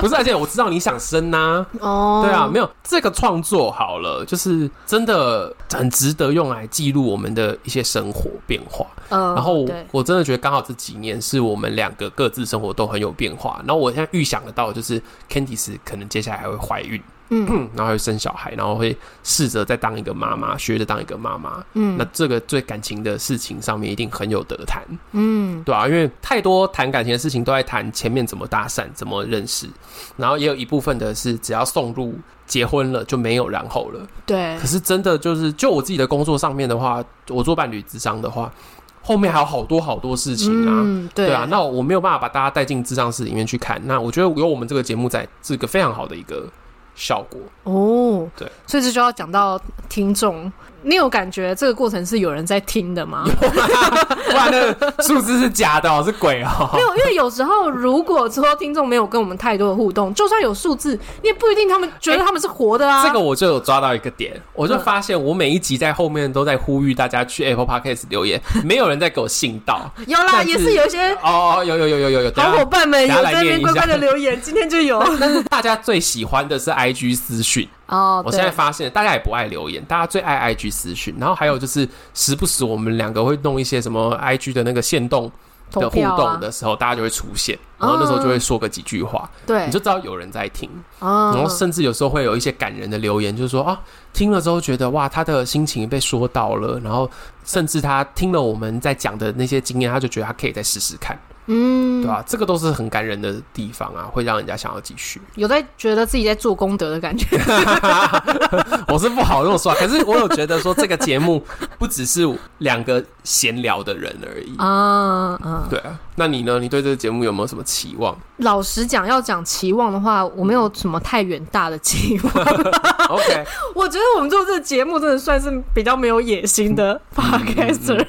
[SPEAKER 1] 不是，而且我知道你想生呐、
[SPEAKER 2] 哦
[SPEAKER 1] 对啊，，没有这个创作好了，就是真的很值得用来记录我们的一些生活变化。
[SPEAKER 2] 嗯
[SPEAKER 1] 然后
[SPEAKER 2] 对，
[SPEAKER 1] 我真的觉得刚好这几年是我们两个各自生活都很有变化。然后我现在预想得到，就是 Candice 可能接下来还会怀孕，嗯，然后还会生小孩，然后会试着再当一个妈妈，学着当一个妈妈。嗯，那这个对感情的事情上面一定很有得谈。嗯，对啊，因为太多谈感情的事情都在谈前面怎么搭讪，怎么认识，然后也有一部分的是只要送入结婚了就没有然后了。
[SPEAKER 2] 对
[SPEAKER 1] 可，是真的就是，就我自己的工作上面的话，我做伴侣智商的话，后面还有好多好多事情啊。
[SPEAKER 2] 嗯，对
[SPEAKER 1] 啊，那我没有办法把大家带进智商室里面去看。那我觉得有我们这个节目在，是个非常好的一个效 果。
[SPEAKER 2] 哦，
[SPEAKER 1] 对，
[SPEAKER 2] 所以这就要讲到听众，你有感觉这个过程是有人在听的吗？
[SPEAKER 1] 啊不然那数字是假的、哦，是鬼哦
[SPEAKER 2] 没。有，因为有时候如果说听众没有跟我们太多的互动，就算有数字，你也不一定他们觉得他们是活的啊。
[SPEAKER 1] 哎这个我就有抓到一个点，我就发现我每一集在后面都在呼吁大家去 Apple Podcast 留言，没有人在给我信到。
[SPEAKER 2] 有啦，
[SPEAKER 1] 但是
[SPEAKER 2] 也是有一些
[SPEAKER 1] 哦，哦有有有有有有，等一
[SPEAKER 2] 好
[SPEAKER 1] 下
[SPEAKER 2] 伙伴们有
[SPEAKER 1] 等一下
[SPEAKER 2] 在那
[SPEAKER 1] 等
[SPEAKER 2] 边乖
[SPEAKER 1] 一下
[SPEAKER 2] 乖的 留言，今天就有
[SPEAKER 1] 但是大家最喜欢的是 IG 私讯。
[SPEAKER 2] 哦
[SPEAKER 1] 我现在发现大家也不爱留言，大家最爱 IG 私讯，然后还有就是时不时我们两个会弄一些什么 IG 的那个线动的
[SPEAKER 2] 投
[SPEAKER 1] 互
[SPEAKER 2] 票啊
[SPEAKER 1] 动的时候，大家就会出现，然后那时候就会说个几句话，
[SPEAKER 2] 对，
[SPEAKER 1] 你就知道有人在听，
[SPEAKER 2] 哦，
[SPEAKER 1] 然后甚至有时候会有一些感人的留言，就是说啊，听了之后觉得哇，他的心情被说到了，然后甚至他听了我们在讲的那些经验，他就觉得他可以再试试看，
[SPEAKER 2] 嗯，
[SPEAKER 1] 对啊吧、这个都是很感人的地方啊，会让人家想要继续。
[SPEAKER 2] 有在觉得自己在做功德的 感觉，
[SPEAKER 1] 我是不好这么说啊，可是我有觉得说这个节目不只是两个闲聊的人而已。
[SPEAKER 2] 啊啊！
[SPEAKER 1] 对啊，那你呢？你对这个节目有没有什么期 望
[SPEAKER 2] 老实讲，要讲期望的话，我没有什么太远大的期望。
[SPEAKER 1] ？OK，
[SPEAKER 2] 我觉得我们做这个节目真的算是比较没有野心的
[SPEAKER 1] 嗯
[SPEAKER 2] podcaster。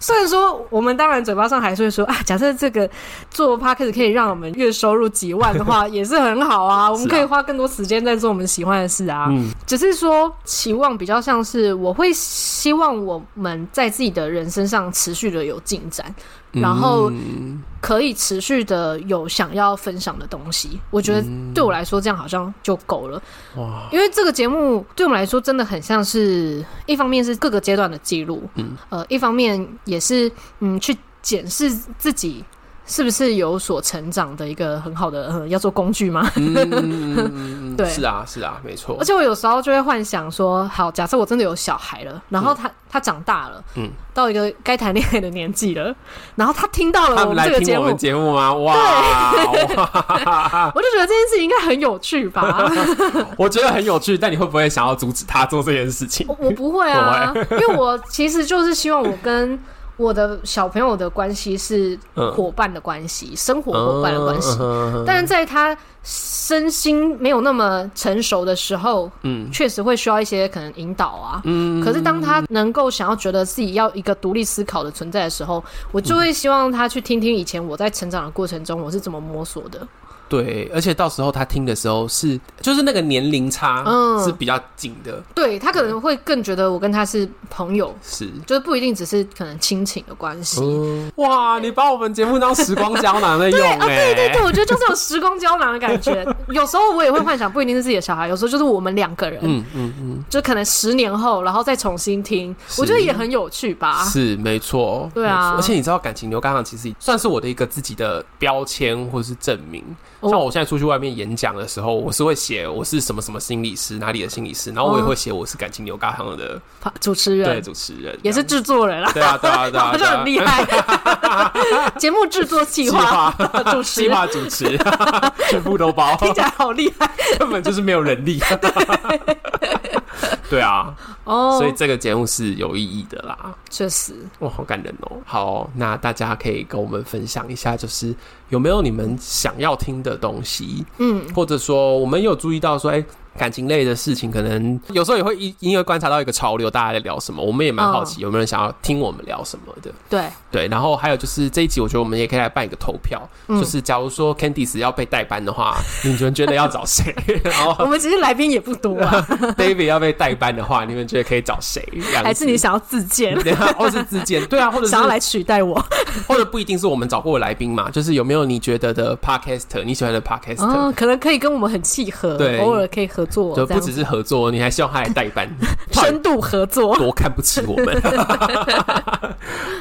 [SPEAKER 2] 虽 然说我们当然嘴巴上还是会说啊，假设这个做 podcast 可以让我们月收入几万 的话，也是很好啊，我们
[SPEAKER 1] 是啊
[SPEAKER 2] 可以花更多时间在做我们喜欢的事啊。
[SPEAKER 1] 嗯
[SPEAKER 2] 只是说期望比较像是我会希望我们在自己的人身上持续的有进展，然后
[SPEAKER 1] 嗯
[SPEAKER 2] 可以持续的有想要分享的东西。我觉得
[SPEAKER 1] 嗯
[SPEAKER 2] 对我来说这样好像就够了，
[SPEAKER 1] 哇，
[SPEAKER 2] 因为这个节目对我们来说真的很像是一方面是各个阶段的记录，
[SPEAKER 1] 嗯
[SPEAKER 2] 呃，一方面也是嗯去检视自己。是不是有所成长的一个很好的，呃、要做工具吗？
[SPEAKER 1] 嗯嗯嗯嗯嗯
[SPEAKER 2] 对
[SPEAKER 1] 是啊，是啊，没错
[SPEAKER 2] 而。且我有时候就会幻想说，好，假设我真的有小孩了，然后他、他长大了，
[SPEAKER 1] 嗯
[SPEAKER 2] 到一个该谈恋爱的年纪了，然后他听到了
[SPEAKER 1] 他
[SPEAKER 2] 我
[SPEAKER 1] 们
[SPEAKER 2] 们
[SPEAKER 1] 来
[SPEAKER 2] 嗯这个
[SPEAKER 1] 听
[SPEAKER 2] 节
[SPEAKER 1] 我
[SPEAKER 2] 目
[SPEAKER 1] 们，节目吗？哇，哇
[SPEAKER 2] 我就觉得这件事情应该很有趣 吧。
[SPEAKER 1] 我觉得很有趣，但你会不会想要阻止他做这件事情
[SPEAKER 2] 我？我不 会啊，因为我其实就是希望我跟我的小朋友的关系是
[SPEAKER 1] 嗯
[SPEAKER 2] 伙伴的关系，生活伙伴的关系。
[SPEAKER 1] 嗯
[SPEAKER 2] 但是在他身心没有那么成熟的时候，
[SPEAKER 1] 嗯
[SPEAKER 2] 确实会需要一些可能引导啊。
[SPEAKER 1] 嗯
[SPEAKER 2] 可是当他能够想要觉得自己要一个独立思考的存在的时候，我就会希望他去听听以前我在成长的过程中我是怎么摸索的。
[SPEAKER 1] 对，而且到时候他听的时候是，就是那个年龄差
[SPEAKER 2] 嗯
[SPEAKER 1] 是比较紧的，
[SPEAKER 2] 对他可能会更觉得我跟他是朋友，
[SPEAKER 1] 是。
[SPEAKER 2] 就是不一定只是可能亲情的关系。
[SPEAKER 1] 嗯哇，你把我们节目当时光胶囊在用
[SPEAKER 2] 对啊，
[SPEAKER 1] 哎、
[SPEAKER 2] 对对对，我觉得就是有时光胶囊的感觉。有时候我也会幻想，不一定是自己的小孩，有时候就是我们两个人。
[SPEAKER 1] 嗯嗯嗯，嗯，
[SPEAKER 2] 就可能十年后，然后再重新听，
[SPEAKER 1] 是
[SPEAKER 2] 我觉得也很有趣吧。
[SPEAKER 1] 是没错，
[SPEAKER 2] 啊对啊
[SPEAKER 1] 没错而且你知道，感情流干行其实算是我的一个自己的标签或是证明。
[SPEAKER 2] 哦
[SPEAKER 1] 像我现在出去外面演讲的时候，我是会写我是什么什么心理师，哪里的心理师，然后我也会写我是感情流干行的
[SPEAKER 2] 啪 主持
[SPEAKER 1] 对
[SPEAKER 2] 人
[SPEAKER 1] 主持人，
[SPEAKER 2] 啊也是
[SPEAKER 1] 这样
[SPEAKER 2] 制作人啦，
[SPEAKER 1] 对啊对啊对 啊，
[SPEAKER 2] 好
[SPEAKER 1] 对
[SPEAKER 2] 像
[SPEAKER 1] 啊
[SPEAKER 2] 很厉害。 节目制作企
[SPEAKER 1] 计
[SPEAKER 2] 划
[SPEAKER 1] 划
[SPEAKER 2] 主持
[SPEAKER 1] 计
[SPEAKER 2] 人，
[SPEAKER 1] 划主持， 全部都包，
[SPEAKER 2] 听起来好厉害
[SPEAKER 1] 根本就是没有人 力。对啊，
[SPEAKER 2] 哦
[SPEAKER 1] 所以。这个节目是有意义的啦。
[SPEAKER 2] 确实，
[SPEAKER 1] 哇，好感人哦！好，那大家可以跟我们分享一下，就是有没有你们想要听的东西，
[SPEAKER 2] 嗯，
[SPEAKER 1] 或者说我们有注意到说，哎、感情类的事情，可能有时候也会因因为观察到一个潮流，大家在聊什么，我们也蛮好
[SPEAKER 2] 嗯
[SPEAKER 1] 奇有没有人想要听我们聊什么的。
[SPEAKER 2] 对，
[SPEAKER 1] 对，然后还有就是这一集，我觉得我们也可以来办一个投票，
[SPEAKER 2] 嗯
[SPEAKER 1] 就是假如说 Candice 要被代班的话，你们觉得要找谁？ 然后
[SPEAKER 2] 我们其实来宾也不多 啊，
[SPEAKER 1] David 要被代班的话，你们觉得可以找谁？这样子
[SPEAKER 2] 还是你想要自荐，
[SPEAKER 1] 或是自荐？对啊，或者是
[SPEAKER 2] 想要来取代我？
[SPEAKER 1] 或者不一定是我们找过的来宾嘛，就是有没有你觉得的 podcast，你喜欢的 podcast，、
[SPEAKER 2] 哦，可能可以跟我们很契合，
[SPEAKER 1] 对
[SPEAKER 2] 偶尔可以合作，
[SPEAKER 1] 就
[SPEAKER 2] 这样
[SPEAKER 1] 不只是合作，你还希望他来代班，
[SPEAKER 2] 深度合作。
[SPEAKER 1] 多看不起我 们。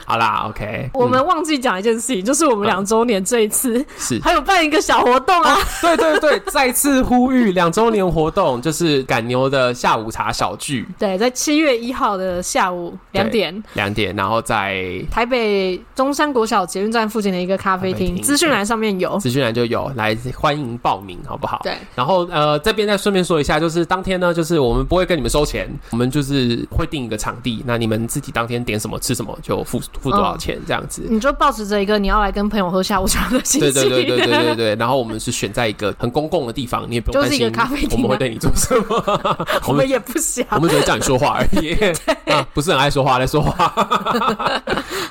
[SPEAKER 1] 好啦，OK，嗯
[SPEAKER 2] 我们忘记讲一件事情，就是我们两周年这一次
[SPEAKER 1] 是
[SPEAKER 2] 还有办一个小活动啊，
[SPEAKER 1] 对对对，再次呼吁两周年活动，就是赶牛的下午茶小聚
[SPEAKER 2] 对，在七月一号的下午两点，
[SPEAKER 1] 两点，然后在
[SPEAKER 2] 台北中山国小捷运站附近的一个咖啡
[SPEAKER 1] 咖啡
[SPEAKER 2] 厅，
[SPEAKER 1] 厅
[SPEAKER 2] 资讯栏上面有。
[SPEAKER 1] 资讯栏就有来欢迎报名，好不好？
[SPEAKER 2] 对，
[SPEAKER 1] 然后呃，这边再顺便说一下，就是当天呢，就是我们不会跟你们收钱，我们就是会定一个场地，那你们自己当天点什么吃什么就付付多少钱这样子。
[SPEAKER 2] 你就抱持着一个你要来跟朋友喝下午茶的心
[SPEAKER 1] 对
[SPEAKER 2] 情，
[SPEAKER 1] 对对对 对对对，然后我们是选在一个很公共的地方，你也不用
[SPEAKER 2] 就
[SPEAKER 1] 担
[SPEAKER 2] 是一
[SPEAKER 1] 心
[SPEAKER 2] 个咖啡厅啊
[SPEAKER 1] 我们会对你做什 么，
[SPEAKER 2] 我
[SPEAKER 1] 我
[SPEAKER 2] 们
[SPEAKER 1] 们
[SPEAKER 2] 也不想
[SPEAKER 1] 我。们只会叫你说话而已，啊，不是很爱说话，来说话。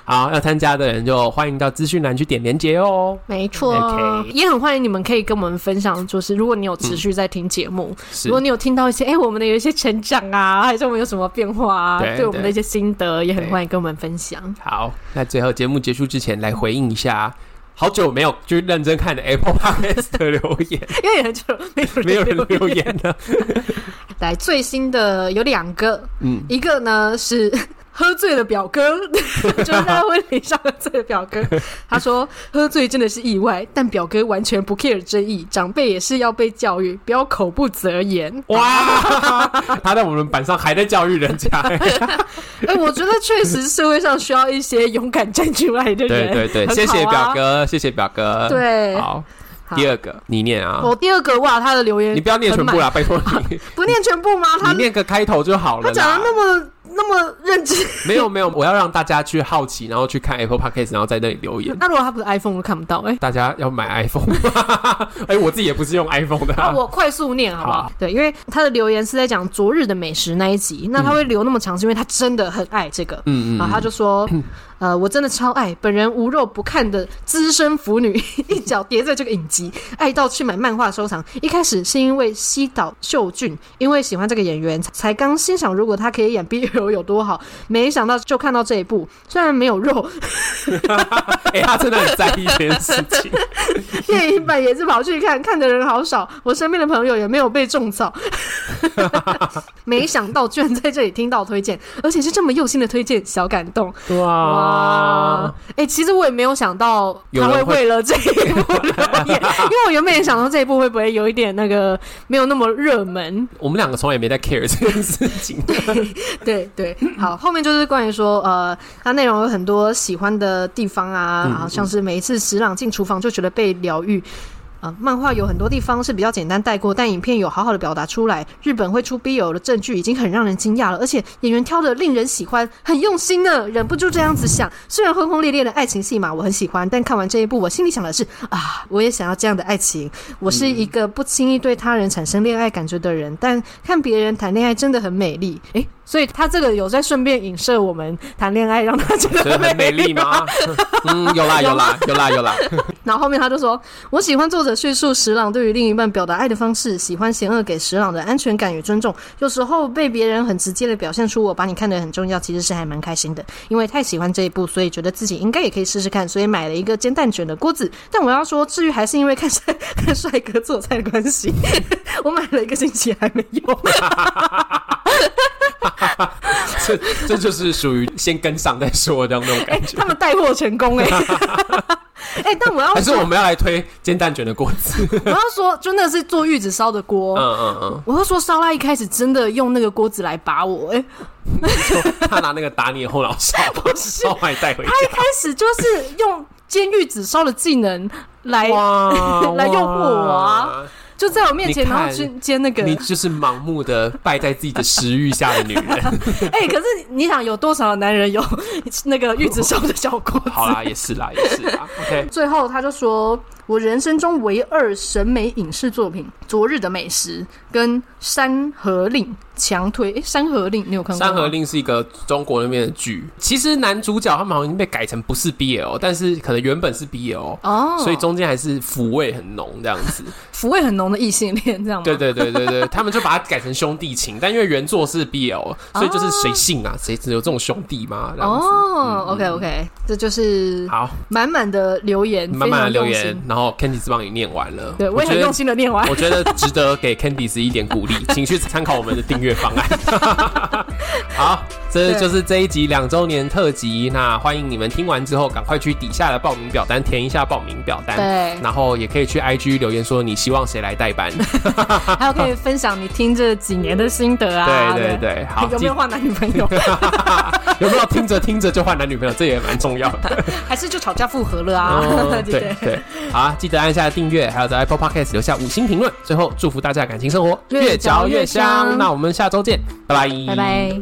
[SPEAKER 1] 好，要参加的人就欢迎到资讯栏去点连接哦。
[SPEAKER 2] 没错
[SPEAKER 1] OK
[SPEAKER 2] 也很欢迎你们可以跟我们分享，就是如果你有持续在听节目，
[SPEAKER 1] 嗯是
[SPEAKER 2] 如果你有听到一些哎、诶我们的有一些成长啊，还是我们有什么变化啊，
[SPEAKER 1] 对
[SPEAKER 2] 我们的一些心得，也很
[SPEAKER 1] 对
[SPEAKER 2] 欢迎跟我们分享。
[SPEAKER 1] 好，那最后节目结束之前，来回应一下，好久没有去认真看的 Apple Podcast 的留言，
[SPEAKER 2] 因为也很久没有 人
[SPEAKER 1] 没有人
[SPEAKER 2] 留
[SPEAKER 1] 留言了。
[SPEAKER 2] 来最新的有两个，
[SPEAKER 1] 嗯，
[SPEAKER 2] 一个呢是喝醉的表哥， 就是在婚礼上喝醉的表 哥。他说喝醉真的是意外，但表哥完全不 care 争议，长辈也是要被教育，不要口不 择言。
[SPEAKER 1] 哇， 他在我们板上还在教育人家、
[SPEAKER 2] 哎、我觉得确实社会上需要一些勇敢站出来的
[SPEAKER 1] 对
[SPEAKER 2] 人。
[SPEAKER 1] 对对，
[SPEAKER 2] 很好啊
[SPEAKER 1] 谢谢表。哥，谢谢表哥。，
[SPEAKER 2] 对，
[SPEAKER 1] 好，
[SPEAKER 2] 好
[SPEAKER 1] 第二个你念啊，
[SPEAKER 2] 我第二个哇，他的留言
[SPEAKER 1] 你不要念全部
[SPEAKER 2] 很满，
[SPEAKER 1] 啦，拜托 你，
[SPEAKER 2] 不念全部吗？他
[SPEAKER 1] 你念个开头就好了
[SPEAKER 2] 他
[SPEAKER 1] 啦。
[SPEAKER 2] 讲的那么那么认真，
[SPEAKER 1] 没有没有，我要让大家去好奇，然后去看 Apple Podcast，然后在那里留言。
[SPEAKER 2] 那如果他不是 iPhone 我都看不到哎、
[SPEAKER 1] 大家要买 iPhone 吗？ 哎、我自己也不是用 iPhone 的、啊
[SPEAKER 2] 那啊我快速念好不好？嗯
[SPEAKER 1] 好
[SPEAKER 2] 对，因为他的留言是在讲昨日的美食那一集，那他会留那么长，是因为他真的很爱这个。
[SPEAKER 1] 嗯嗯
[SPEAKER 2] 然后他就说，呃，我真的超爱，本人无肉不看的资深腐女， 一脚跌在这个影集，爱到去买漫画收藏。一开始是因为西岛秀俊，因为喜欢这个演员，才刚欣赏如果他可以演 BL 有多好，没想到就看到这一部，虽然没有肉，
[SPEAKER 1] 哎、他真的很在意这件事情。
[SPEAKER 2] 电影版也是跑去看，看的人好少，我身边的朋友也没有被种草。 没想到居然在这里听到推荐，而且是这么用心的推荐，小感动 哇
[SPEAKER 1] 啊哇！！
[SPEAKER 2] 哎、其实我也没有想到
[SPEAKER 1] 有
[SPEAKER 2] 他
[SPEAKER 1] 人
[SPEAKER 2] 会
[SPEAKER 1] 会
[SPEAKER 2] 为了这一部留言，因为我原本也想到这一部会不会有一点那个没有那么 热门。
[SPEAKER 1] 我们两个从来也没在 care 这件事情。
[SPEAKER 2] 对对，好，后面就是关于说，呃，它内容有很多喜欢的地方啊，
[SPEAKER 1] 嗯
[SPEAKER 2] 然后像是每一次石朗进厨房就觉得被疗愈。啊、漫画有很多地方是比较简单带过，但影片有好好的表达出来。日本会出 BL 的证据已经很让人惊讶了，而且演员挑的令人喜欢，很用心呢，忍不住这样子想。虽然轰轰烈烈的爱情戏嘛，我很喜欢，但看完这一部，我心里想的是啊，我也想要这样的爱情。我是一个不轻易对他人产生恋爱感觉的人，但看别人谈恋爱真的很美丽。诶，所以他这个有在顺便影射我们谈恋爱，让他觉
[SPEAKER 1] 觉得
[SPEAKER 2] 得
[SPEAKER 1] 很美丽吗？嗯，有 啦有啦有啦有啦，
[SPEAKER 2] 然后后面他就说：“我喜欢作者叙述石朗对于另一半表达爱的方式，喜欢贤恶给石朗的安全感与尊重。有时候被别人很直接的表现出我把你看得很重要，其实是还蛮开心的。因为太喜欢这一部，所以觉得自己应该也可以试试看，所以买了一个煎蛋卷的锅子。但我要说，至于还是因为看 帅看帅哥做菜的关系，我买了一个星期还没用。
[SPEAKER 1] 这这就是属于先跟上再说的那种
[SPEAKER 2] 哎、
[SPEAKER 1] 感觉。
[SPEAKER 2] 他们带货成功哎、哎、但我要
[SPEAKER 1] 还是
[SPEAKER 2] 说，
[SPEAKER 1] 我们要来推煎蛋卷的锅子？
[SPEAKER 2] 我要说，就那是做玉子烧的锅。
[SPEAKER 1] 嗯嗯嗯，
[SPEAKER 2] 我要说，烧腊一开始真的用那个锅子来把我、哎，
[SPEAKER 1] 他拿那个打你的后脑勺， 烧把你带回家。
[SPEAKER 2] 他一开始就是用煎玉子烧的技能来，
[SPEAKER 1] 哇
[SPEAKER 2] 来诱惑我啊！就在我面前，
[SPEAKER 1] 你看
[SPEAKER 2] 然后去煎那个
[SPEAKER 1] 哇。你就是盲目的败在自己的食欲下的女 人。
[SPEAKER 2] 哎、可是你想，有多少男人有那个玉子烧的小锅子？
[SPEAKER 1] 好啦，也是啦，也是啦。OK，
[SPEAKER 2] 最后，他就说：“我人生中唯二审美影视作品《昨日的美食》跟《山河令》强推。诶，山河令》你有看
[SPEAKER 1] 《
[SPEAKER 2] 过吗？
[SPEAKER 1] 山河令》是一个中国那边的剧，其实男主角他们好像已经被改成不是 BL，但是可能原本是 BL，
[SPEAKER 2] 哦，
[SPEAKER 1] 所以中间还是抚慰很浓这样子。
[SPEAKER 2] 抚慰很浓的异性恋，这样吗？
[SPEAKER 1] 对对对对 对，他们就把它改成兄弟情，但因为原作是 BL，所以就是谁信啊？谁只有这种兄弟吗？这样子。嗯
[SPEAKER 2] 哦、o k OK，这就是
[SPEAKER 1] 好，
[SPEAKER 2] 满满的留言，
[SPEAKER 1] 慢慢的
[SPEAKER 2] 哦非常
[SPEAKER 1] 留
[SPEAKER 2] 用心
[SPEAKER 1] 言，。然后 Candice 帮你念完了，
[SPEAKER 2] 对，我也
[SPEAKER 1] 觉
[SPEAKER 2] 很
[SPEAKER 1] 得
[SPEAKER 2] 用心的念完。
[SPEAKER 1] 我觉得值得给 Candice 一点鼓励，请去参考我们的订阅方案。 好，这
[SPEAKER 2] 对
[SPEAKER 1] 就是这一集两周年特辑。那欢迎你们听完之后，赶快去底下的报名表单填一下报名表单，
[SPEAKER 2] 对，
[SPEAKER 1] 然后也可以去 IG 留言说你希望谁来代班。
[SPEAKER 2] 还有可以分享你听这几年的心得啊。
[SPEAKER 1] 对对对，好，
[SPEAKER 2] 有没有
[SPEAKER 1] 记
[SPEAKER 2] 换男女朋 友？
[SPEAKER 1] 有没有听着听着就换男女朋友，这也蛮重要 的。
[SPEAKER 2] 还是就吵架复合了啊？
[SPEAKER 1] 嗯
[SPEAKER 2] 对
[SPEAKER 1] 对对，好啊，记得按下订阅，还有在 Apple Podcast 留下五星评论。最后，祝福大家感情生活
[SPEAKER 2] 越嚼越香
[SPEAKER 1] 那我们下周见，拜拜，
[SPEAKER 2] 拜拜。